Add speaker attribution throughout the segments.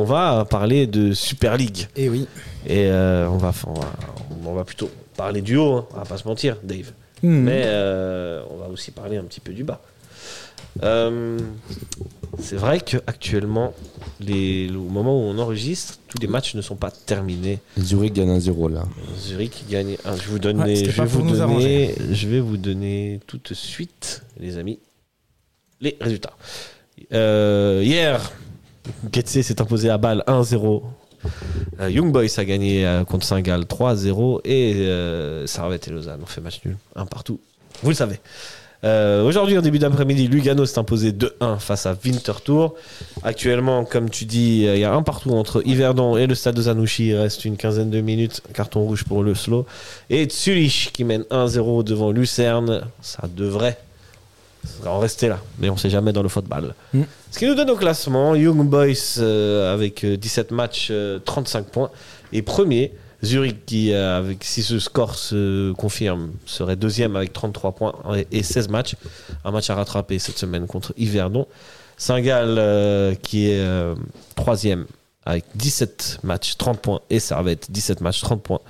Speaker 1: On va parler de Super League.
Speaker 2: Et Eh oui.
Speaker 1: Et euh, on, va, on, va, on va plutôt parler du haut, hein, on va pas se mentir, Dave.
Speaker 2: Hmm.
Speaker 1: Mais euh, on va aussi parler un petit peu du bas. Euh, c'est vrai que actuellement, les, au moment où on enregistre, tous les matchs ne sont pas terminés.
Speaker 3: Zurich gagne 1-0 là.
Speaker 1: Zurich gagne. un. je vous donne
Speaker 2: Ouais,
Speaker 1: les-
Speaker 2: c'était
Speaker 1: je
Speaker 2: pas
Speaker 1: vais vous
Speaker 2: pour nous
Speaker 1: donner,
Speaker 2: arranger.
Speaker 1: je vais vous donner tout de suite, les amis, les résultats. Euh, hier, Getse s'est imposé à Bâle 1-0. Euh, Young Boys a gagné euh, contre Saint-Gall 3-0 et euh, Servette et Lausanne ont fait match nul, un partout. Vous le savez. Euh, Aujourd'hui, en début d'après-midi, Lugano s'est imposé 2-1 face à Winterthur. Actuellement, comme tu dis, euh, il y a un partout entre Yverdon et le stade de Zanouchi. Il reste une quinzaine de minutes. Carton rouge pour le slow. Et Zurich qui mène 1-0 devant Lucerne. Ça devrait ça va en rester là. Mais on sait jamais dans le football.
Speaker 2: Mm.
Speaker 1: Ce qui nous donne au classement, Young Boys euh, avec euh, 17 matchs, euh, 35 points. Et premier, Zurich qui, euh, avec, si ce score se confirme, serait deuxième avec 33 points et, et 16 matchs. Un match à rattraper cette semaine contre Yverdon. Saint-Gall euh, qui est euh, troisième avec 17 matchs, 30 points. Et Servette, 17 matchs, 30 points.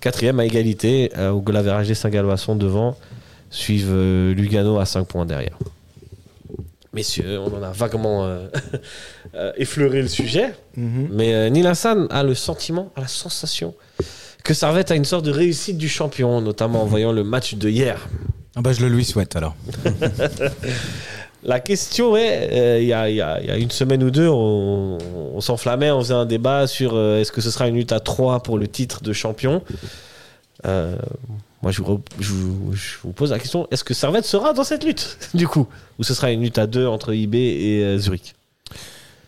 Speaker 1: Quatrième à égalité, euh, au Golaverage des Saint-Gallois sont devant. Suivent euh, Lugano à 5 points derrière. Messieurs, on en a vaguement euh, euh, effleuré le sujet.
Speaker 2: Mhm.
Speaker 1: Mais euh, Nilassan a le sentiment, a la sensation que Servette a une sorte de réussite du champion, notamment en voyant le match de hier.
Speaker 2: Ah bah je le lui souhaite alors.
Speaker 1: La question est, euh, il y, a, il y a- il y a une semaine ou deux, on, on s'enflammait, on faisait un débat sur euh, est-ce que ce sera une lutte à 3 pour le titre de champion. Euh, moi, je vous, re- je vous- je vous pose la question, est-ce que Servette sera dans cette lutte, du coup Ou ce sera une lutte à 2 entre IB et euh, Zurich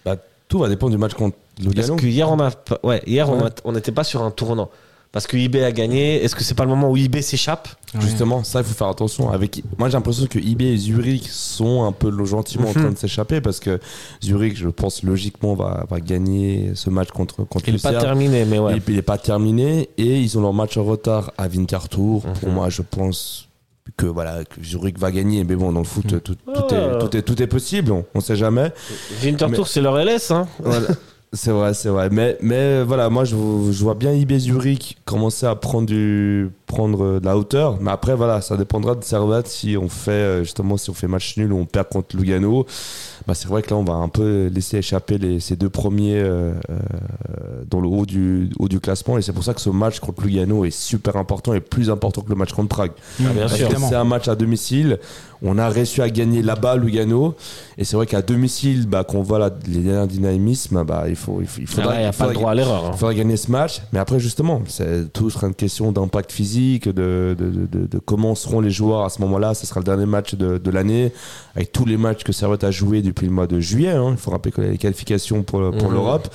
Speaker 3: Bah, tout va dépendre du match contre
Speaker 1: Parce
Speaker 3: Lugano.
Speaker 1: que hier, on a, pas- ouais, hier on
Speaker 3: Ouais.
Speaker 1: a- on n'était pas sur un tournant. Parce que IB a gagné, est-ce que c'est pas le moment où IB s'échappe
Speaker 3: Justement, ça, il faut faire attention. Avec... Moi, j'ai l'impression que IB et Zurich sont un peu gentiment
Speaker 1: Mhm.
Speaker 3: en train de s'échapper parce que Zurich, je pense, logiquement, va, va gagner ce match contre, contre
Speaker 1: Il n'est pas
Speaker 3: Lucerne.
Speaker 1: terminé, mais ouais.
Speaker 3: Et puis, il n'est pas terminé. Et ils ont leur match en retard à Winterthur.
Speaker 1: Mhm.
Speaker 3: Pour moi, je pense que, voilà, que Zurich va gagner. Mais bon, dans le foot,
Speaker 1: Mhm.
Speaker 3: tout, tout
Speaker 1: Ouais.
Speaker 3: est, tout, est, tout est possible. On ne sait jamais.
Speaker 1: Winterthur, c'est leur LS. Hein.
Speaker 3: Voilà. C'est vrai, c'est vrai. Mais, mais voilà, moi, je, je vois bien IB Zurich commencer à prendre, du, prendre euh, de la hauteur. Mais après, voilà, ça dépendra de Servette si on fait, euh, justement, si on fait match nul ou on perd contre Lugano. Bah, c'est vrai que là, on va un peu laisser échapper les, ces deux premiers euh, euh, dans le haut du, haut du classement. Et c'est pour ça que ce match contre Lugano est super important et plus important que le match contre Prague.
Speaker 2: Mhm.
Speaker 1: Ah, bien
Speaker 3: Parce
Speaker 1: sûr.
Speaker 3: que
Speaker 2: Évidemment.
Speaker 3: C'est un match à domicile. On a réussi à gagner là-bas Lugano. Et c'est vrai qu'à domicile, bah, qu'on voit la- les derniers dynamismes, bah, il, faut, il, faut- il
Speaker 1: Ah
Speaker 3: faudra,
Speaker 1: ouais, il n'y a
Speaker 3: il
Speaker 1: pas
Speaker 3: faudra-
Speaker 1: le droit à l'erreur. hein.
Speaker 3: il faudra gagner ce match. Mais après, justement, c'est tout sera une question d'impact physique, de, de, de- de- de comment seront les joueurs à ce moment-là. Ce sera le dernier match de, de l'année, avec tous les matchs que Servette a joué depuis le mois de juillet. hein. Il faut rappeler que les qualifications pour, pour
Speaker 1: Mhm.
Speaker 3: l'Europe.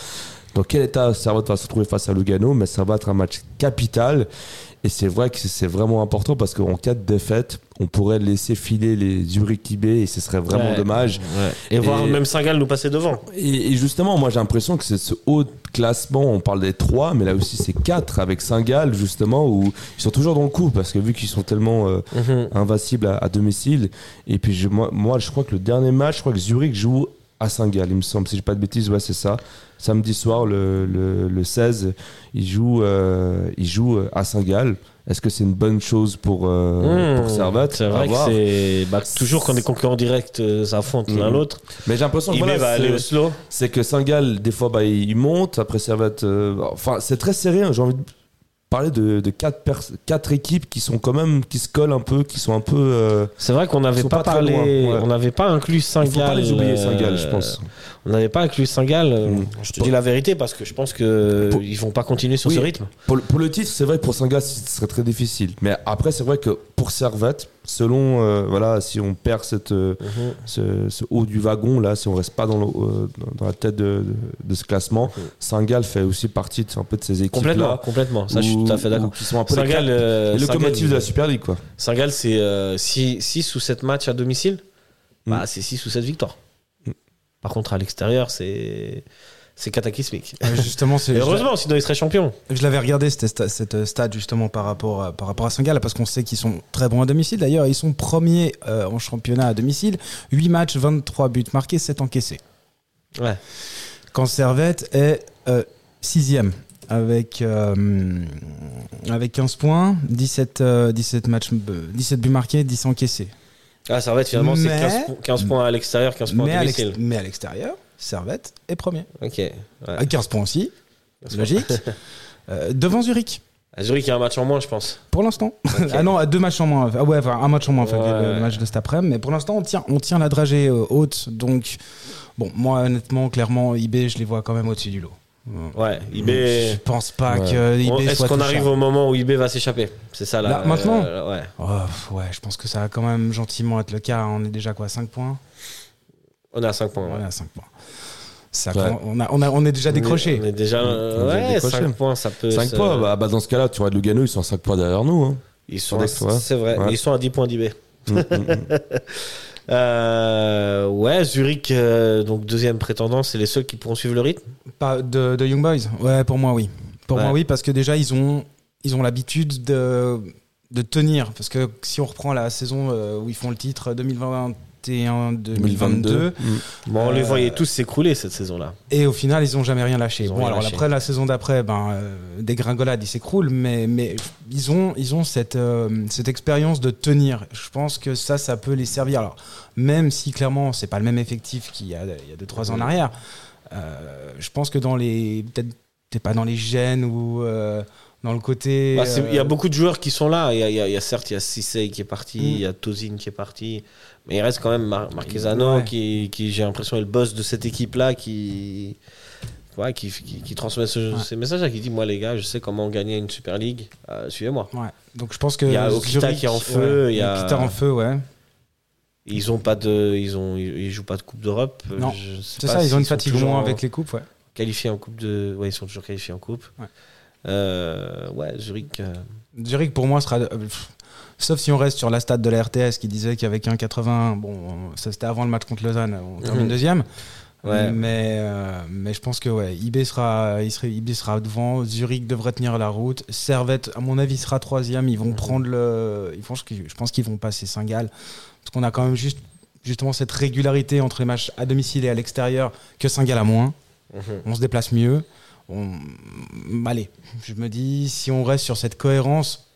Speaker 3: Dans quel état Servette va se retrouver face à Lugano Mais ça va être un match capital. Et c'est vrai que c'est vraiment important parce qu'en cas de défaite, on pourrait laisser filer les Zurich IB et ce serait vraiment
Speaker 1: Ouais.
Speaker 3: dommage.
Speaker 1: Ouais. Et, voir
Speaker 3: Et-
Speaker 1: même Saint-Gall nous passer devant.
Speaker 3: Et, et justement, moi j'ai l'impression que c'est ce haut de classement, on parle des trois, mais là aussi c'est quatre avec Saint-Gall justement, où ils sont toujours dans le coup, parce que vu qu'ils sont tellement euh,
Speaker 1: Mhm.
Speaker 3: invincibles à, à domicile, et puis je- moi, moi je crois que le dernier match, je crois que Zurich joue à Saint-Gall, il me semble, si j'ai pas de bêtises, ouais c'est ça. Samedi soir, le, le- le 16, ils jouent, euh, ils jouent à Saint-Gall. Est-ce que c'est une bonne chose pour, euh,
Speaker 1: Mmh.
Speaker 3: pour Servette
Speaker 1: C'est
Speaker 3: À
Speaker 1: vrai que
Speaker 3: voir.
Speaker 1: c'est. bah, toujours quand des concurrents directs euh, s'affrontent l'un
Speaker 3: Mhm.
Speaker 1: l'autre,
Speaker 3: Mais j'ai l'impression que
Speaker 1: il
Speaker 3: voilà,
Speaker 1: va
Speaker 3: c'est-
Speaker 1: aller au slow.
Speaker 3: c'est que Saint-Gall, des fois, bah, il monte. Après, Servette. euh, enfin, c'est très serré. hein. J'ai envie de parler de, de quatre, pers- quatre équipes qui sont quand même. qui se collent un peu, qui sont un peu. euh,
Speaker 1: C'est vrai qu'on n'avait
Speaker 3: Ils sont
Speaker 1: pas,
Speaker 3: pas très
Speaker 1: parlé.
Speaker 3: loin, ouais.
Speaker 1: On n'avait pas inclus
Speaker 3: il faut pas
Speaker 1: Saint-Gall.
Speaker 3: les oublier,
Speaker 1: euh,
Speaker 3: Saint-Gall, je pense.
Speaker 1: On n'avait pas inclus Saint-Gall. euh,
Speaker 3: Mhm.
Speaker 1: Je te dis la vérité parce que je pense que
Speaker 3: Pour-
Speaker 1: ils vont pas continuer sur
Speaker 3: Oui.
Speaker 1: ce rythme.
Speaker 3: Pour le, pour le titre, c'est vrai que pour Saint-Gall, ce serait très difficile. Mais après, c'est vrai que pour Servette, selon. euh, voilà, si on perd cette. euh,
Speaker 1: Mhm.
Speaker 3: ce, ce haut du wagon là, si on reste pas dans, le- euh, dans- dans la tête de, de- de ce classement, Saint-Gall fait aussi partie de, un peu de ces équipes
Speaker 1: Mhm. Complètement,
Speaker 3: là.
Speaker 1: complètement. Ça, je suis tout à fait d'accord.
Speaker 3: Qui sont un peu les
Speaker 1: Saint-Gall,
Speaker 3: quatre-
Speaker 1: euh,
Speaker 3: les
Speaker 1: Saint-Gall,
Speaker 3: locomotives
Speaker 1: il-
Speaker 3: de la Super League quoi.
Speaker 1: Saint-Gall, c'est 6 ou 7 matchs à domicile. Bah,
Speaker 3: Mm.
Speaker 1: c'est 6 ou 7 victoires.
Speaker 3: Mm.
Speaker 1: Par contre, à l'extérieur, c'est c'est cataclysmique.
Speaker 2: Euh, Justement,
Speaker 1: Et
Speaker 2: c'est.
Speaker 1: heureusement, sinon il serait champion.
Speaker 2: Je l'avais regardé cette, sta- cette euh, stade justement par rapport à, par rapport à Saint-Gall parce qu'on sait qu'ils sont très bons à domicile. D'ailleurs, ils sont premiers euh, en championnat à domicile. 8 matchs, 23 buts marqués, 7 encaissés.
Speaker 1: Ouais.
Speaker 2: quand Servette est euh, sixième avec, euh, avec 15 points, 17, euh, 17, matchs, euh, 17 buts marqués, 10 encaissés.
Speaker 1: Ah, Servette, finalement, c'est
Speaker 2: Mais-
Speaker 1: 15, po- 15 points à l'extérieur, 15 points
Speaker 2: Mais
Speaker 1: à
Speaker 2: à,
Speaker 1: domicile.
Speaker 2: l'ex- mais à l'extérieur, Servette est premier.
Speaker 1: Ok. ouais.
Speaker 2: À 15 points aussi,
Speaker 1: 15
Speaker 2: c'est
Speaker 1: points.
Speaker 2: logique. Euh, devant Zurich,
Speaker 1: À Zurich, il y a un match en moins, je pense.
Speaker 2: pour l'instant. ah non, à deux matchs en moins. Ah ouais, enfin, un match en moins, en fait,
Speaker 1: Ouais,
Speaker 2: le
Speaker 1: ouais.
Speaker 2: match de cet après-midi. Mais pour l'instant, on tient, on tient la dragée euh, haute. Donc, bon, moi, honnêtement, clairement, IB, je les vois quand même au-dessus du lot.
Speaker 1: Ouais, IB.
Speaker 2: Je pense pas
Speaker 3: Ouais.
Speaker 2: que IB
Speaker 1: On-
Speaker 2: soit.
Speaker 1: Est-ce qu'on
Speaker 2: touchable.
Speaker 1: arrive au moment où IB va s'échapper C'est ça, là.
Speaker 2: Là, maintenant
Speaker 1: euh, Ouais.
Speaker 2: Oh, pff, ouais, je pense que ça va quand même gentiment être le cas. On est déjà quoi, à 5 points
Speaker 1: On est à 5 points.
Speaker 2: On
Speaker 1: ouais.
Speaker 2: est à 5 points. Ça,
Speaker 3: Ouais.
Speaker 2: com- on, a, on, a- on est déjà décroché.
Speaker 1: On est déjà. euh,
Speaker 3: On est
Speaker 1: ouais,
Speaker 3: décroché.
Speaker 1: 5 points, Euh, ça peut.
Speaker 3: 5
Speaker 1: se-
Speaker 3: points, bah, bah, dans ce cas-là, tu vois, Lugano, ils sont 5 points derrière nous. hein.
Speaker 1: Ils sont à-
Speaker 3: Ouais.
Speaker 1: C'est vrai,
Speaker 3: Ouais.
Speaker 1: mais ils sont à 10 points d'IB.
Speaker 3: Mm, mm, mm.
Speaker 1: Euh, ouais, Zurich, euh, donc deuxième prétendant, c'est les seuls qui pourront suivre le rythme.
Speaker 2: Pas de, de Young Boys Ouais, pour moi, oui. Pour
Speaker 1: Ouais.
Speaker 2: moi, oui, parce que déjà, ils ont ils ont l'habitude de, de tenir. Parce que si on reprend la saison euh, où ils font le titre 2021-2022,
Speaker 3: Mm.
Speaker 1: Bon, on
Speaker 2: Euh,
Speaker 1: les voyait tous s'écrouler cette saison-là.
Speaker 2: et au final, ils n'ont jamais rien lâché.
Speaker 1: Ils ont
Speaker 2: Bon,
Speaker 1: rien
Speaker 2: alors
Speaker 1: lâché.
Speaker 2: après, la saison d'après, ben, euh, des gringolades, ils s'écroulent, mais, mais ils ont, ils ont cette, euh, cette expérience de tenir. Je pense que ça, ça peut les servir. Alors, même si clairement, c'est pas le même effectif qu'il y a 2-3 ans en arrière, euh, je pense que dans les. Peut-être t'es pas dans les gènes ou euh, dans le côté.
Speaker 1: Bah, c'est- Il y a
Speaker 2: euh,
Speaker 1: beaucoup de joueurs qui sont là. Il y a, il y a- il y a certes, il y a Sissé qui est parti,
Speaker 2: Mm.
Speaker 1: il y a Tozin qui est parti, mais il reste quand même Mar- Marquezano
Speaker 2: Ouais.
Speaker 1: qui, qui, j'ai l'impression, est le boss de cette équipe-là qui, ouais, qui, qui, qui transmet ce-
Speaker 2: Ouais.
Speaker 1: ces messages-là, qui dit Moi, les gars, je sais comment gagner une Super League, euh, suivez-moi.
Speaker 2: Ouais. Donc je pense que.
Speaker 1: Il y a Okita
Speaker 2: Zurich-
Speaker 1: qui est en feu,
Speaker 2: ouais,
Speaker 1: il y a-
Speaker 2: Okita en feu, ouais.
Speaker 1: Ils ont pas de, ils ont, ils jouent pas de Coupe d'Europe. euh,
Speaker 2: Non.
Speaker 1: Je sais
Speaker 2: C'est
Speaker 1: pas
Speaker 2: ça, ils
Speaker 1: s'ils
Speaker 2: ont une
Speaker 1: sont
Speaker 2: fatigue
Speaker 1: toujours
Speaker 2: moins
Speaker 1: en-
Speaker 2: avec les coupes, ouais.
Speaker 1: qualifiés en coupe de ouais ils sont toujours qualifiés en coupe
Speaker 2: Ouais.
Speaker 1: Euh, ouais Zurich euh,
Speaker 2: Zurich pour moi sera. euh, pff, Sauf si on reste sur la stade de la RTS qui disait qu'avec 1,80, bon, on- ça c'était avant le match contre Lausanne, on termine
Speaker 1: Mhm.
Speaker 2: deuxième.
Speaker 1: Ouais.
Speaker 2: Mais, euh, mais je pense que ouais, IB sera, il serait- IB sera devant, Zurich devrait tenir la route, Servette, à mon avis, sera troisième. Ils vont
Speaker 1: Mhm.
Speaker 2: prendre le. Ils font, ce qu'ils- je pense qu'ils vont passer Saint-Gall. Parce qu'on a quand même juste, justement cette régularité entre les matchs à domicile et à l'extérieur que Saint-Gall a moins
Speaker 1: mhm.
Speaker 2: on se déplace mieux. On... Allez, je me dis, si on reste sur cette cohérence,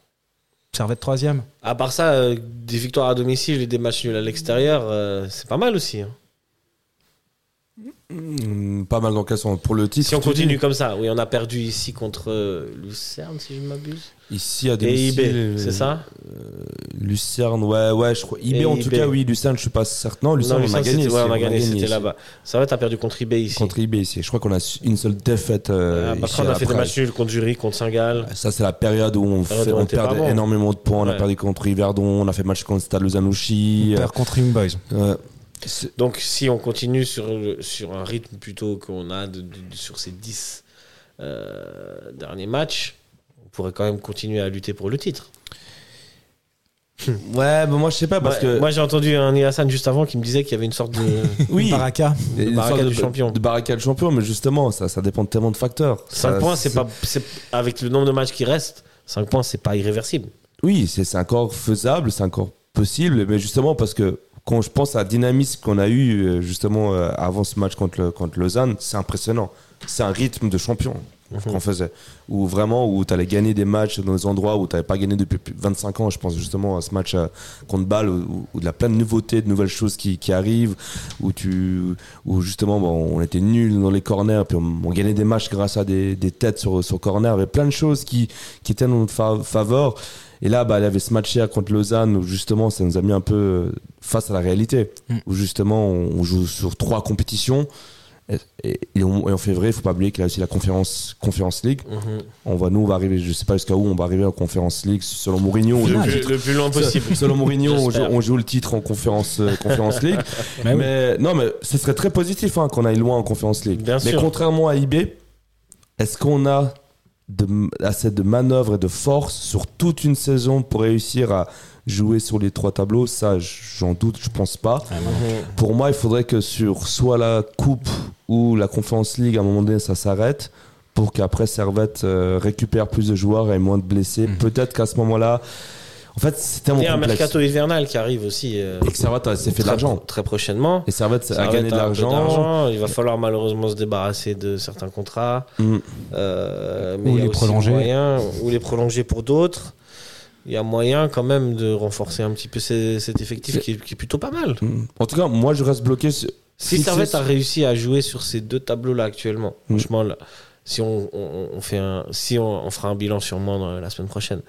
Speaker 2: Servette troisième.
Speaker 1: à part ça euh, des victoires à domicile et des matchs nuls à l'extérieur euh, c'est pas mal aussi hein.
Speaker 3: Mm, Pas mal d'encaissants pour le titre.
Speaker 1: si on
Speaker 3: je te dis.
Speaker 1: continue comme ça oui on a perdu ici contre euh, Lucerne si je ne m'abuse
Speaker 3: Ici à
Speaker 1: et
Speaker 3: domicile. euh,
Speaker 1: IB c'est ça
Speaker 3: Lucerne, ouais, ouais, je crois. IB
Speaker 1: Et
Speaker 3: en tout
Speaker 1: IB.
Speaker 3: cas, oui, Lucerne, je suis pas certain. Non, Lucerne,
Speaker 1: Non,
Speaker 3: on a
Speaker 1: Lucerne,
Speaker 3: gagné.
Speaker 1: c'était- ouais,
Speaker 3: ici,
Speaker 1: on a gagné c'était
Speaker 3: ici.
Speaker 1: là-bas ça va t'as perdu contre IB ici
Speaker 3: Contre IB ici. Je crois qu'on a su- une seule défaite. euh,
Speaker 1: Euh,
Speaker 3: ici,
Speaker 1: après on a fait des
Speaker 3: après.
Speaker 1: matchs nuls contre Zurich contre Saint-Gall
Speaker 3: Ça, c'est la période où on,
Speaker 1: Période
Speaker 3: fait-
Speaker 1: où on
Speaker 3: on
Speaker 1: était pas
Speaker 3: perd
Speaker 1: bon.
Speaker 3: énormément de points. On a
Speaker 1: Ouais.
Speaker 3: perdu contre Yverdon, on a fait match contre Stade Luzanouchi.
Speaker 2: Perd contre Young Boys.
Speaker 3: euh,
Speaker 1: Donc si on continue sur, le- sur un rythme plutôt qu'on a de- de- de- sur ces 10 euh, derniers matchs, on pourrait quand même continuer à lutter pour le titre.
Speaker 3: Ouais, bah, moi, je sais pas, parce
Speaker 1: Ouais,
Speaker 3: que.
Speaker 1: Moi j'ai entendu un Hassan juste avant qui me disait qu'il y avait une sorte de...
Speaker 3: oui,
Speaker 2: Baraka.
Speaker 3: il y a une
Speaker 1: barricade
Speaker 3: sorte de
Speaker 1: du champion.
Speaker 3: De barricade du champion, mais justement, ça, ça dépend de tellement de facteurs.
Speaker 1: 5
Speaker 3: Ça,
Speaker 1: points, c'est pas... c'est- Avec le nombre de matchs qui restent, 5 points, c'est pas irréversible.
Speaker 3: Oui, c'est c'est encore faisable, c'est encore possible, mais justement parce que quand je pense à la dynamisme qu'on a eu euh, justement euh, avant ce match contre, le- contre Lausanne, c'est impressionnant. C'est un rythme de champion qu'on faisait, où vraiment où tu allais gagner des matchs dans des endroits où tu n'avais pas gagné depuis plus de 25 ans. Je pense justement à ce match euh, contre Bâle, où, où- où il y a plein de nouveautés, de nouvelles choses qui, qui arrivent, où, tu, où justement bon, on était nuls dans les corners, puis on, on gagnait des matchs grâce à des, des têtes sur, sur corner. Il y avait plein de choses qui, qui étaient en notre fa- faveur. Et là, bah, il y avait ce match hier contre Lausanne où justement, ça nous a mis un peu euh, face à la réalité.
Speaker 2: Mm.
Speaker 3: Où justement, on on joue sur trois compétitions. Et, et- et on- et en février, il faut pas oublier qu'il y a aussi la conférence, conférence League. On va, nous, on va arriver, je sais pas jusqu'à où, on va arriver en conférence League. Selon Mourinho, on joue,
Speaker 1: le, plus, le plus loin possible.
Speaker 3: selon Mourinho, on joue,
Speaker 1: J'espère.
Speaker 3: on joue le titre en conférence, euh, conférence League.
Speaker 1: Bah
Speaker 3: mais non, mais ce serait très positif hein, qu'on aille loin en conférence League.
Speaker 1: Bien
Speaker 3: mais
Speaker 1: sûr.
Speaker 3: contrairement à IB, est-ce qu'on a de, assez de manœuvre et de force sur toute une saison pour réussir à jouer sur les trois tableaux Ça, j'en doute, je pense pas.
Speaker 1: Ah
Speaker 3: Pour moi, il faudrait que sur soit la Coupe ou la Conférence League, à un moment donné, ça s'arrête
Speaker 1: Mhm.
Speaker 3: pour qu'après Servette euh, récupère plus de joueurs et moins de blessés. Peut-être qu'à ce moment-là, En fait, c'est tellement
Speaker 1: Et un
Speaker 3: complexe.
Speaker 1: mercato hivernal qui arrive aussi. euh,
Speaker 3: Et que Servette euh, s'est fait de
Speaker 1: très,
Speaker 3: l'argent.
Speaker 1: Très prochainement.
Speaker 3: Et Servette
Speaker 1: Ça
Speaker 3: a
Speaker 1: va
Speaker 3: gagné
Speaker 1: être
Speaker 3: de
Speaker 1: un peu
Speaker 3: l'argent.
Speaker 1: d'argent. Il va falloir malheureusement se débarrasser de certains contrats.
Speaker 3: Mm.
Speaker 1: Euh,
Speaker 2: Ou
Speaker 1: il y a
Speaker 2: les
Speaker 1: aussi
Speaker 2: prolonger.
Speaker 1: moyen- ou les prolonger pour d'autres. Il y a moyen quand même de renforcer un petit peu ces- cet effectif qui est, qui est plutôt pas mal.
Speaker 3: Mm. En tout cas, moi, je reste bloqué. sur-
Speaker 1: Si
Speaker 3: Si
Speaker 1: Servette
Speaker 3: c'est-
Speaker 1: a réussi à jouer sur ces deux tableaux-là actuellement,
Speaker 3: Mm.
Speaker 1: franchement, là, si on, on- on fait un, si on, on fera un bilan sûrement dans- la semaine prochaine,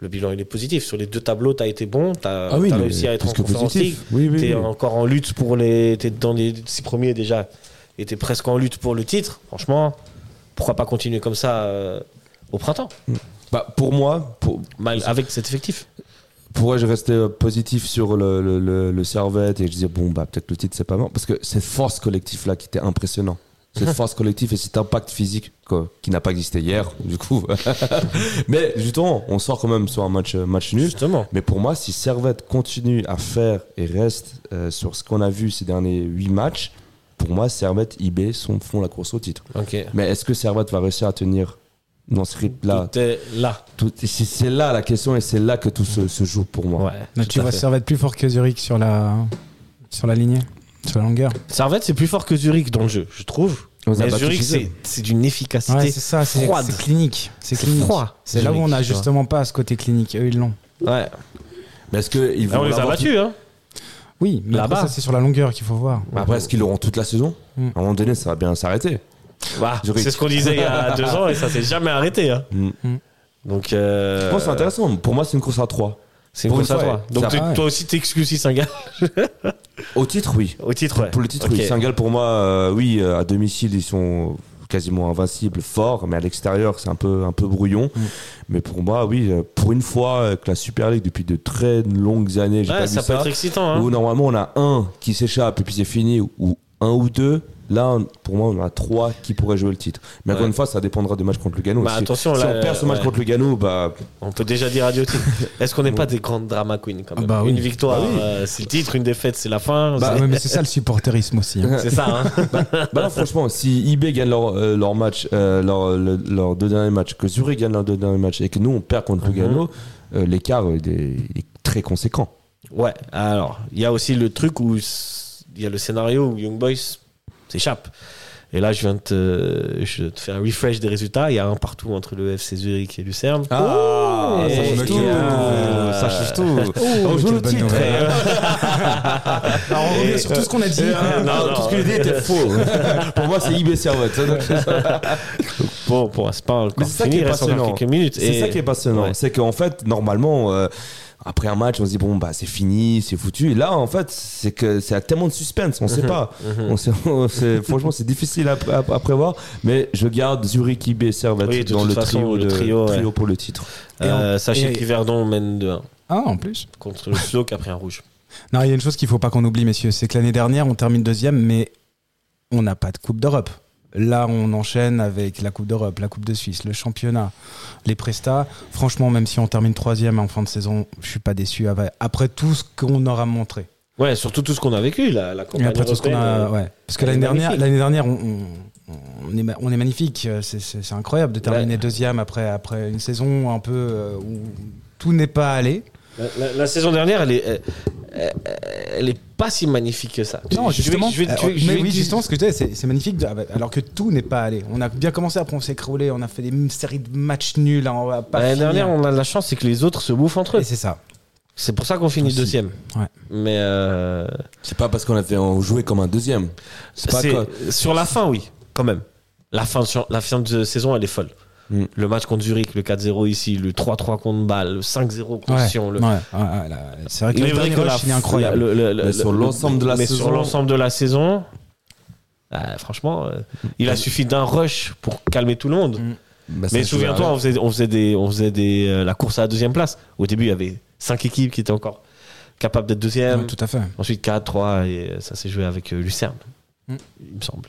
Speaker 1: le bilan il est positif. Sur les deux tableaux, t'as été bon, t'as
Speaker 3: Ah oui,
Speaker 1: t'as
Speaker 3: mais
Speaker 1: réussi à être
Speaker 3: plus
Speaker 1: en
Speaker 3: que
Speaker 1: conférence
Speaker 3: positif.
Speaker 1: League.
Speaker 3: Oui, oui,
Speaker 1: T'es
Speaker 3: oui.
Speaker 1: encore en lutte pour les. T'es dans les six premiers déjà. Et t'es presque en lutte pour le titre. Franchement, pourquoi pas continuer comme ça euh, au printemps
Speaker 3: Bah, pour moi, pour,
Speaker 1: mal- Avec cet effectif
Speaker 3: pourrais-je rester euh, positif sur le, le, le- le Servette et je disais, bon, bah, peut-être le titre, c'est pas mort. Parce que cette force collective-là qui était impressionnant. Cette force collective et cet impact physique quoi, qui n'a pas existé hier, du coup. Mais justement, on sort quand même sur un match, euh, match nul.
Speaker 1: Justement.
Speaker 3: Mais pour moi, si Servette continue à faire et reste euh, sur ce qu'on a vu ces derniers 8 matchs, pour moi, Servette, IB sont, font la course au titre.
Speaker 1: Ok.
Speaker 3: Mais est-ce que Servette va réussir à tenir dans ce rythme-là
Speaker 1: Tout est là.
Speaker 3: Tout- C'est c'est là la question et c'est là que tout se, se joue pour moi.
Speaker 1: Ouais.
Speaker 2: Mais
Speaker 1: tout
Speaker 2: tu
Speaker 1: à
Speaker 2: vois,
Speaker 1: fait.
Speaker 2: Servette plus fort que Zurich sur la, sur la lignée, sur la longueur.
Speaker 1: Servette, c'est plus fort que Zurich dans le jeu, je trouve.
Speaker 3: On les a
Speaker 1: Mais
Speaker 3: battus
Speaker 1: Zurich,
Speaker 3: chez eux.
Speaker 1: c'est c'est d'une efficacité.
Speaker 2: Ouais, c'est ça, c'est
Speaker 1: froide.
Speaker 2: c'est clinique. C'est
Speaker 1: C'est
Speaker 2: clinique.
Speaker 1: froid,
Speaker 2: C'est là où
Speaker 1: Zurich,
Speaker 2: on a
Speaker 1: tu vois.
Speaker 2: justement pas ce côté clinique. Eux, ils l'ont.
Speaker 1: Ouais.
Speaker 3: Mais est-ce qu'ils
Speaker 1: Ah,
Speaker 3: vont
Speaker 1: on les a
Speaker 3: l'avoir
Speaker 1: battus, hein.
Speaker 2: Oui, mais
Speaker 1: Là-bas.
Speaker 2: après, ça, c'est sur la longueur qu'il faut voir.
Speaker 3: tout- Après, est-ce qu'ils l'auront toute la saison
Speaker 1: Hmm.
Speaker 2: Mm.
Speaker 3: À un moment donné, ça va bien s'arrêter.
Speaker 1: Bah,
Speaker 3: Zurich.
Speaker 1: c'est ce qu'on disait il y a deux ans et ça s'est jamais arrêté. hein.
Speaker 3: Mm.
Speaker 1: Donc, euh,
Speaker 3: Je pense que c'est intéressant. Pour moi, c'est une course à 3.
Speaker 1: c'est une
Speaker 3: Pour une
Speaker 1: course à
Speaker 3: fois,
Speaker 1: toi.
Speaker 3: ouais.
Speaker 1: Donc,
Speaker 3: Ça-
Speaker 1: tu-
Speaker 2: ah ouais.
Speaker 1: toi aussi, t'excuses Singa
Speaker 3: Au titre, oui.
Speaker 1: au titre. Ouais.
Speaker 3: Pour le titre,
Speaker 1: Ok.
Speaker 3: oui. Saint-Gall, pour moi, euh, oui, euh, à domicile, ils sont quasiment invincibles, forts, mais à l'extérieur, c'est un peu, un peu brouillon.
Speaker 1: Hmm.
Speaker 3: Mais pour moi, oui, euh, pour une fois euh, que la Super League, depuis de très longues années, j'ai
Speaker 1: Ouais,
Speaker 3: pas vu
Speaker 1: ça peut
Speaker 3: ça,
Speaker 1: être excitant. Hein.
Speaker 3: où normalement on a un qui s'échappe et puis c'est fini, ou un ou deux. Là, on- pour moi, on a trois qui pourraient jouer le titre. Mais encore
Speaker 1: Ouais.
Speaker 3: une fois, ça dépendra du match contre Lugano.
Speaker 1: Bah,
Speaker 3: si
Speaker 1: attention,
Speaker 3: si
Speaker 1: là,
Speaker 3: on perd ce match
Speaker 1: ouais.
Speaker 3: contre Lugano, bah,
Speaker 1: On peut déjà dire adieu au titre. Est-ce qu'on n'est pas des grandes drama queens quand
Speaker 2: Ah
Speaker 1: même
Speaker 2: bah oui.
Speaker 1: Une victoire,
Speaker 3: Bah oui.
Speaker 1: euh, c'est le titre, une défaite, c'est la fin.
Speaker 2: Bah,
Speaker 1: c'est-
Speaker 2: ouais, mais c'est ça le supporterisme aussi. hein.
Speaker 1: c'est ça, hein.
Speaker 3: Bah là, franchement, si IB gagne leur, euh, leur match, euh, leur, le- leurs deux derniers matchs, que Zurich gagne leurs deux derniers matchs et que nous on perd contre
Speaker 1: Mhm.
Speaker 3: Lugano, euh, l'écart euh, il est, il est très conséquent.
Speaker 1: Ouais, alors, il y a aussi le truc où s- il y a le scénario où Young Boys s'échappe. Et là, je viens de te, je te faire un refresh des résultats. Il y a un partout entre le FC Zurich et Lucerne.
Speaker 3: Ah,
Speaker 1: ça change tout.
Speaker 3: Ça change tout. on joue
Speaker 2: quelle
Speaker 3: le
Speaker 2: bonne
Speaker 3: titre.
Speaker 2: nouvelle.
Speaker 1: Euh,
Speaker 2: Alors, on revient sur tout ce qu'on a dit.
Speaker 1: euh, non, non.
Speaker 3: tout ce que j'ai dit était faux. Pour moi, c'est IB Servette. Ça, donc, C'est ça.
Speaker 1: bon, bon, c'est pas encore
Speaker 3: Mais c'est ça qui
Speaker 1: fini, il
Speaker 3: est
Speaker 1: reste encore
Speaker 3: passionnant.
Speaker 1: quelques minutes.
Speaker 3: C'est
Speaker 1: Et-
Speaker 3: ça qui est passionnant.
Speaker 1: Ouais.
Speaker 3: C'est qu'en fait, normalement, euh, après un match, on se dit bon bah c'est fini, c'est foutu. Et là, en fait, c'est que c'est tellement de suspense, on
Speaker 1: Mhm.
Speaker 3: sait pas. On sait- on sait- franchement, c'est difficile à, à- à prévoir. Mais je garde Zurich, IB, Servette
Speaker 1: Oui, de
Speaker 3: dans
Speaker 1: toute
Speaker 3: le
Speaker 1: façon,
Speaker 3: trio,
Speaker 1: le
Speaker 3: de-
Speaker 1: trio, ouais.
Speaker 3: pour le titre.
Speaker 1: Euh, sachez
Speaker 2: et-
Speaker 1: qu'Hiverdon mène 2-1
Speaker 2: Ah, en plus.
Speaker 1: contre le Slo qui a pris un rouge.
Speaker 2: Non, il y a une chose qu'il faut pas qu'on oublie, messieurs, c'est que l'année dernière, on termine deuxième, mais on n'a pas de Coupe d'Europe. Là, on enchaîne avec la Coupe d'Europe, la Coupe de Suisse, le championnat, les prestats. Franchement, même si on termine troisième en fin de saison, je suis pas déçu av- après tout ce qu'on aura montré.
Speaker 1: Ouais, surtout tout ce qu'on a vécu, la, la
Speaker 2: Et
Speaker 1: campagne
Speaker 2: après tout ce qu'on a,
Speaker 1: européenne, euh,
Speaker 2: ouais. Parce que
Speaker 1: elle est
Speaker 2: l'année dernière,
Speaker 1: magnifique.
Speaker 2: l'année dernière, on, on- on est, ma- on est magnifique. Euh, C'est- C'est c'est incroyable de terminer
Speaker 1: Ouais.
Speaker 2: deuxième après après une saison un peu euh, où tout n'est pas allé.
Speaker 1: La, la- la saison dernière, elle est, elle, elle- elle est pas si magnifique que ça.
Speaker 2: Non,
Speaker 1: Je vais-
Speaker 2: justement.
Speaker 1: je vais-
Speaker 2: Alors,
Speaker 1: je vais- je
Speaker 2: mais
Speaker 1: vais-
Speaker 2: oui, justement, ce que je disais, c'est- c'est magnifique. de- ah, alors que tout n'est pas allé. On a bien commencé, après on s'est écroulé, on a fait des m- séries de matchs nuls. hein, on va pas
Speaker 1: L'année
Speaker 2: finir.
Speaker 1: dernière, on a de la chance, c'est que les autres se bouffent entre eux.
Speaker 2: Et c'est ça.
Speaker 1: C'est pour ça qu'on finit
Speaker 2: Aussi.
Speaker 1: deuxième.
Speaker 2: Ouais.
Speaker 1: Mais euh,
Speaker 3: C'est pas parce qu'on a fait jouer comme un deuxième. C'est pas quoi.
Speaker 1: c'est- sur la fin, oui, quand même. La fin de, cha- la fin de saison, elle est folle.
Speaker 3: Mm.
Speaker 1: Le match contre Zurich, le 4-0 ici, le 3-3 contre Bâle, le 5-0 contre
Speaker 2: Ouais,
Speaker 1: Sion. le-
Speaker 2: ouais, ouais, ouais, là, c'est vrai que
Speaker 1: Il
Speaker 2: le
Speaker 1: est vrai
Speaker 2: dernier
Speaker 1: que la
Speaker 2: rush, il est incroyable.
Speaker 1: le- le- le-
Speaker 3: Mais sur
Speaker 1: le-
Speaker 3: l'ensemble de la
Speaker 1: mais sur
Speaker 3: saison-
Speaker 1: l'ensemble de la saison, ah, franchement, euh, il
Speaker 3: Mm.
Speaker 1: a suffi d'un rush pour calmer tout le monde.
Speaker 3: Bah, ça,
Speaker 1: Mais
Speaker 3: ça
Speaker 1: souviens-toi,
Speaker 3: va.
Speaker 1: on faisait, on faisait, des, on faisait des, euh, la course à la deuxième place. Au début, il y avait cinq équipes qui étaient encore capables d'être deuxième.
Speaker 2: Ouais, tout à fait.
Speaker 1: Ensuite, 4, 3, et euh, ça s'est joué avec euh, Lucerne,
Speaker 2: Mm.
Speaker 1: il me semble.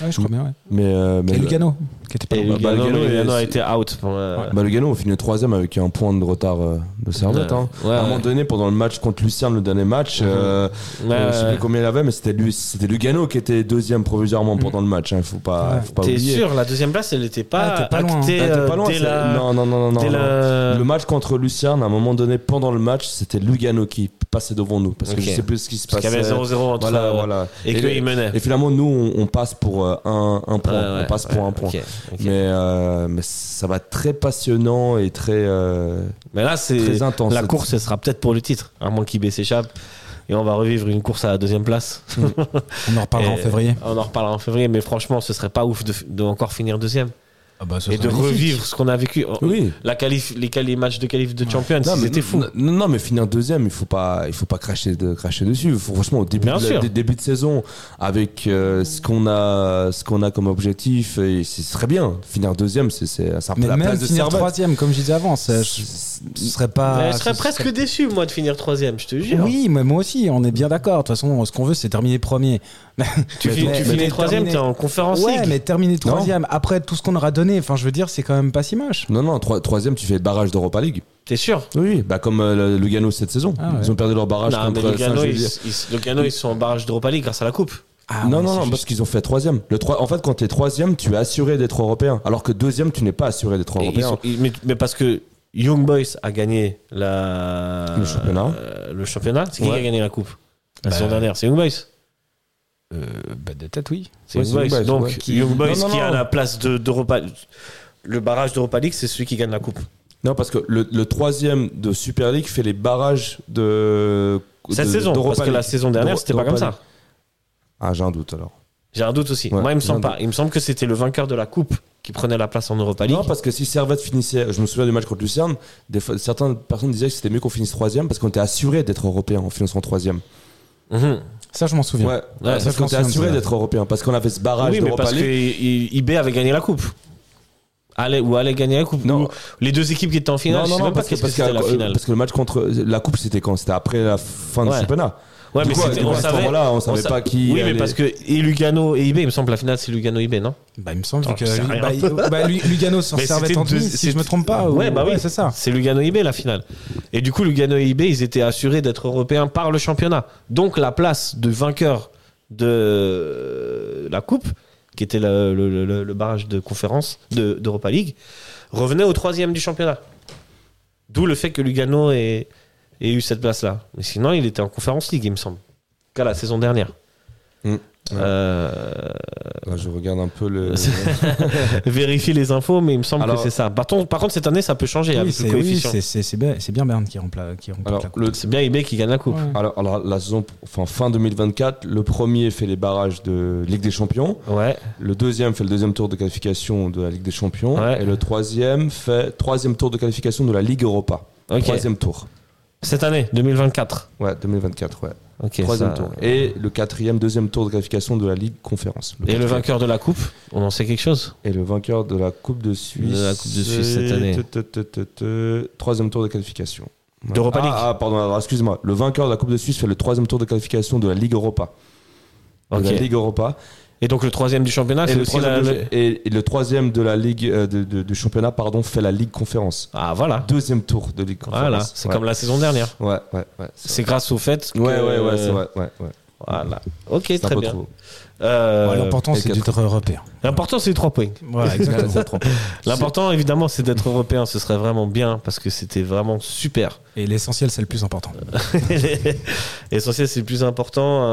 Speaker 2: Ouais, je crois bien. ouais.
Speaker 3: Mais, euh, mais
Speaker 2: Et
Speaker 3: le-
Speaker 2: Lugano. qui était pas
Speaker 1: Et
Speaker 2: loin.
Speaker 3: Bah,
Speaker 1: Lugano,
Speaker 3: Lugano,
Speaker 1: Lugano a
Speaker 3: c'est-
Speaker 1: été out. Pour, euh,
Speaker 3: Bah, Lugano, on finit troisième avec un point de retard euh, de Servette. hein.
Speaker 1: Ouais,
Speaker 3: à un
Speaker 1: ouais. Mhm.
Speaker 3: moment donné, pendant le match contre Lucerne, le dernier match, euh,
Speaker 1: Ouais,
Speaker 3: euh, je sais
Speaker 1: ouais.
Speaker 3: plus combien il avait, mais c'était lui- c'était Lugano qui était deuxième provisoirement pendant le match. Hein. Faut pas,
Speaker 2: Ouais.
Speaker 3: faut pas
Speaker 1: T'es
Speaker 3: oublier.
Speaker 1: sûr, la deuxième place, elle n'était pas,
Speaker 2: Ah, t'es pas loin.
Speaker 1: actée,
Speaker 3: Ah, t'es
Speaker 1: euh,
Speaker 3: pas loin,
Speaker 1: dès
Speaker 3: c'est-
Speaker 1: la-
Speaker 3: Non, non, non, non.
Speaker 1: dès
Speaker 3: non, non.
Speaker 1: la-
Speaker 3: Le match contre Lucerne, à un moment donné, pendant le match, c'était Lugano qui passait devant nous. Parce que
Speaker 1: Ok.
Speaker 3: je sais plus ce qui se
Speaker 1: Parce qu'il y
Speaker 3: passait.
Speaker 1: avait 0-0 entre
Speaker 3: Voilà,
Speaker 1: euh,
Speaker 3: voilà.
Speaker 1: et qu'il menait.
Speaker 3: et finalement, nous, on, on passe pour euh, un, un point.
Speaker 1: Ouais, ouais,
Speaker 3: on passe pour
Speaker 1: ouais,
Speaker 3: un point.
Speaker 1: ok, ok.
Speaker 3: Mais, euh, mais ça va être très passionnant et très, euh,
Speaker 1: Mais là, c'est
Speaker 3: très intense.
Speaker 1: la
Speaker 3: cette-
Speaker 1: course, elle sera peut-être pour le titre, à moins qu'IB s'échappe. Et on va revivre une course à la deuxième place.
Speaker 2: On en reparlera
Speaker 1: Et
Speaker 2: en février.
Speaker 1: On en reparlera en février, mais franchement, ce serait pas ouf de, de encore finir deuxième.
Speaker 2: Ah bah, ce
Speaker 1: Et
Speaker 2: serait
Speaker 1: de
Speaker 2: magnifique.
Speaker 1: revivre ce qu'on a vécu.
Speaker 3: Oui.
Speaker 1: La qualif, les, quali- les matchs de qualif de Champions,
Speaker 3: Non, mais-
Speaker 1: c'était fou.
Speaker 3: Non, non, mais finir deuxième, il faut pas, il faut pas cracher, de, cracher dessus. Il faut- franchement, au début,
Speaker 1: Bien
Speaker 3: de, la-
Speaker 1: sûr.
Speaker 3: dé- début de saison, avec euh, ce qu'on a, ce qu'on a comme objectif, et ce serait bien. Finir deuxième, c'est, c'est, c'est un peu
Speaker 2: Mais
Speaker 3: la
Speaker 2: même
Speaker 3: place de
Speaker 2: finir
Speaker 3: Servette.
Speaker 2: troisième, comme je disais avant, ça- je- ce serait
Speaker 3: ah,
Speaker 2: pas.
Speaker 1: Mais je serais
Speaker 2: ce
Speaker 1: presque déçu, moi, de finir troisième, je te jure.
Speaker 2: Oui, mais moi aussi, on est bien d'accord. De toute façon, ce qu'on veut, c'est terminer premier.
Speaker 1: tu
Speaker 3: mais
Speaker 1: finis,
Speaker 3: mais-
Speaker 1: tu
Speaker 3: mais
Speaker 1: finis
Speaker 2: terminer-
Speaker 1: troisième, t'es en conférence
Speaker 2: Ouais,
Speaker 1: league.
Speaker 2: mais terminer troisième après tout ce qu'on aura donné. Enfin, je veux dire, c'est quand même pas si moche.
Speaker 3: Non, non, troi- troisième, tu fais barrage d'Europa League.
Speaker 1: T'es sûr
Speaker 3: Oui, bah comme euh, le- Lugano cette saison.
Speaker 2: Ah ouais.
Speaker 3: Ils ont perdu leur barrage
Speaker 1: Non, mais
Speaker 3: contre
Speaker 1: Lugano, ils,
Speaker 3: Saint-Gélier.
Speaker 1: ils- Lugano, ils sont en barrage d'Europa League grâce à la Coupe.
Speaker 2: Ah,
Speaker 3: non,
Speaker 2: ouais,
Speaker 3: non,
Speaker 2: c'est
Speaker 3: non,
Speaker 2: juste-
Speaker 3: parce qu'ils ont fait troisième. Le troi- En fait, quand t'es troisième, tu es assuré d'être européen. Alors que deuxième, tu n'es pas assuré d'être
Speaker 1: Et ils
Speaker 3: européen.
Speaker 1: sont- ils- mais, mais parce que Young Boys a gagné la...
Speaker 3: Le championnat.
Speaker 1: euh, le championnat. C'est qui
Speaker 3: Ouais.
Speaker 1: qui a gagné la Coupe La
Speaker 2: Bah,
Speaker 1: saison dernière, c'est Young Boys.
Speaker 2: Euh, bah, de tête, oui.
Speaker 1: C'est
Speaker 3: Ouais,
Speaker 1: Young
Speaker 3: c'est
Speaker 1: Boys.
Speaker 3: Young Boys,
Speaker 1: Donc,
Speaker 3: ouais. Qui-
Speaker 1: Young
Speaker 3: Non,
Speaker 1: Boys
Speaker 3: non,
Speaker 1: qui a
Speaker 3: non.
Speaker 1: la place de- d'Europa. le barrage d'Europa League, c'est celui qui gagne la Coupe.
Speaker 3: Non, parce que le, le troisième de Super League fait les barrages de.
Speaker 1: Cette
Speaker 3: de-
Speaker 1: saison,
Speaker 3: d'Europa
Speaker 1: parce que la
Speaker 3: League.
Speaker 1: saison dernière,
Speaker 3: D'Euro-
Speaker 1: c'était pas comme ça.
Speaker 3: d'Europa League. Ah, j'ai un doute alors.
Speaker 1: J'ai un doute aussi.
Speaker 3: Ouais,
Speaker 1: Moi, il me
Speaker 3: j'ai
Speaker 1: semble
Speaker 3: un
Speaker 1: pas. Il me semble que c'était le vainqueur de la Coupe qui prenait la place en Europa League.
Speaker 3: Non, parce que si Servette finissait, je me souviens du match contre Lucerne, des fois- certaines personnes disaient que c'était mieux qu'on finisse troisième parce qu'on était assuré d'être européen en finissant troisième.
Speaker 1: Mhm.
Speaker 2: Ça, je m'en souviens.
Speaker 3: Ouais,
Speaker 1: Ouais,
Speaker 3: parce
Speaker 2: ça, je
Speaker 3: qu'on était
Speaker 2: m'en souviens
Speaker 3: assuré
Speaker 2: de ça.
Speaker 3: d'être européen parce qu'on avait ce barrage
Speaker 1: Oui, mais
Speaker 3: d'Europa
Speaker 1: parce que
Speaker 3: League.
Speaker 1: I- I- IB avait gagné la Coupe. Allait, ou allait gagner la Coupe.
Speaker 3: Non.
Speaker 1: Ou Les deux équipes qui étaient en finale, je sais même pas
Speaker 3: parce que,
Speaker 1: qu'est-ce que
Speaker 3: parce que-
Speaker 1: c'était la
Speaker 3: euh,
Speaker 1: finale.
Speaker 3: parce que le match contre la coupe c'était quand C'était après la fin
Speaker 1: Ouais.
Speaker 3: du championnat.
Speaker 1: Ouais,
Speaker 3: Du
Speaker 1: mais
Speaker 3: coup,
Speaker 1: c'était-
Speaker 3: du
Speaker 1: on
Speaker 3: coup, à ce
Speaker 1: savait,
Speaker 3: moment-là, on savait
Speaker 1: sa-
Speaker 3: pas qui
Speaker 1: Oui, mais
Speaker 3: allait-
Speaker 1: parce que et Lugano et IB, il me semble la finale c'est Lugano IB, non
Speaker 2: Bah, il me semble
Speaker 1: Oh,
Speaker 2: que
Speaker 1: j'en sais
Speaker 2: lui-
Speaker 1: rien.
Speaker 2: bah, il- bah, lui- Lugano s'en
Speaker 1: Mais
Speaker 2: servait
Speaker 1: c'était
Speaker 2: en demi,
Speaker 1: deux-
Speaker 2: si je me
Speaker 1: c'était-
Speaker 2: trompe pas. ou-
Speaker 1: Ouais, bah oui,
Speaker 2: c'est ça.
Speaker 1: C'est Lugano IB la finale. Et du coup, Lugano et IB, ils étaient assurés d'être européens par le championnat. Donc la place de vainqueur de la coupe, qui était le, le- le- le barrage de conférence de- d'Europa League, revenait au troisième du championnat. D'où le fait que Lugano ait, ait eu cette place-là. Mais sinon, il était en conférence League, il me semble. Qu'à la saison dernière.
Speaker 3: Mm.
Speaker 1: Euh,
Speaker 3: Là, Ah, je regarde un peu le.
Speaker 1: vérifier les infos, mais il me semble
Speaker 3: Alors-
Speaker 1: que c'est ça. Par, contre- par contre, cette année, ça peut changer
Speaker 2: Oui,
Speaker 1: avec le
Speaker 2: c'est oui,
Speaker 1: coefficient.
Speaker 2: c'est- c'est- c'est bien, c'est bien Berne qui remplace qui remporte
Speaker 3: Alors,
Speaker 2: la coupe.
Speaker 3: le,
Speaker 1: c'est bien eBay qui gagne la coupe.
Speaker 2: Ouais.
Speaker 3: Alors, alors, la saison, enfin, fin 2024, le premier fait les barrages de Ligue des Champions,
Speaker 1: Ouais,
Speaker 3: le deuxième fait le deuxième tour de qualification de la Ligue des Champions,
Speaker 1: Ouais.
Speaker 3: et le troisième fait troisième tour de qualification de la Ligue Europa.
Speaker 1: ok.
Speaker 3: Troisième tour.
Speaker 1: Cette année, 2024.
Speaker 3: Ouais, 2024, ouais.
Speaker 1: Ok,
Speaker 3: troisième
Speaker 1: ça-
Speaker 3: tour. Et le quatrième, deuxième tour de qualification de la Ligue Conférence.
Speaker 1: Et le
Speaker 3: quatrième.
Speaker 1: vainqueur de la coupe, on en sait quelque chose
Speaker 3: Et le vainqueur de la Coupe de Suisse.
Speaker 1: De la Coupe de Suisse cette année.
Speaker 3: Te, te, te, te, te. Troisième tour de qualification. Ouais.
Speaker 1: D'Europa
Speaker 3: ah,
Speaker 1: League.
Speaker 3: Ah, pardon, alors, excuse-moi. Le vainqueur de la Coupe de Suisse fait le troisième tour de qualification de la Ligue Europa. De
Speaker 1: Ok.
Speaker 3: la Ligue Europa.
Speaker 1: Et donc le troisième du championnat,
Speaker 3: et,
Speaker 1: Ah, c'est
Speaker 3: le
Speaker 1: aussi la...
Speaker 3: troisième
Speaker 1: le-
Speaker 3: de, et- et le troisième de la Ligue euh, de- de- du championnat pardon, fait la Ligue Conférence.
Speaker 1: Ah voilà,
Speaker 3: Deuxième tour de Ligue Conférence.
Speaker 1: voilà. c'est
Speaker 3: Ouais.
Speaker 1: comme la saison dernière.
Speaker 3: Ouais, ouais, ouais. C'est
Speaker 1: C'est grâce au fait que...
Speaker 3: Ouais, ouais, ouais, c'est vrai. Ouais, ouais.
Speaker 1: Voilà. Ok,
Speaker 3: C'est un
Speaker 1: euh, très
Speaker 3: peu
Speaker 1: bien.
Speaker 3: trop.
Speaker 1: Euh,
Speaker 2: Ouais, L'important,
Speaker 3: et
Speaker 2: c'est d'être européen.
Speaker 1: L'important, c'est les trois points.
Speaker 2: Voilà, exactement.
Speaker 1: L'important, évidemment, c'est d'être européen. Ce serait vraiment bien parce que c'était vraiment super.
Speaker 2: Et l'essentiel, c'est le plus important.
Speaker 1: L'essentiel, c'est le plus important.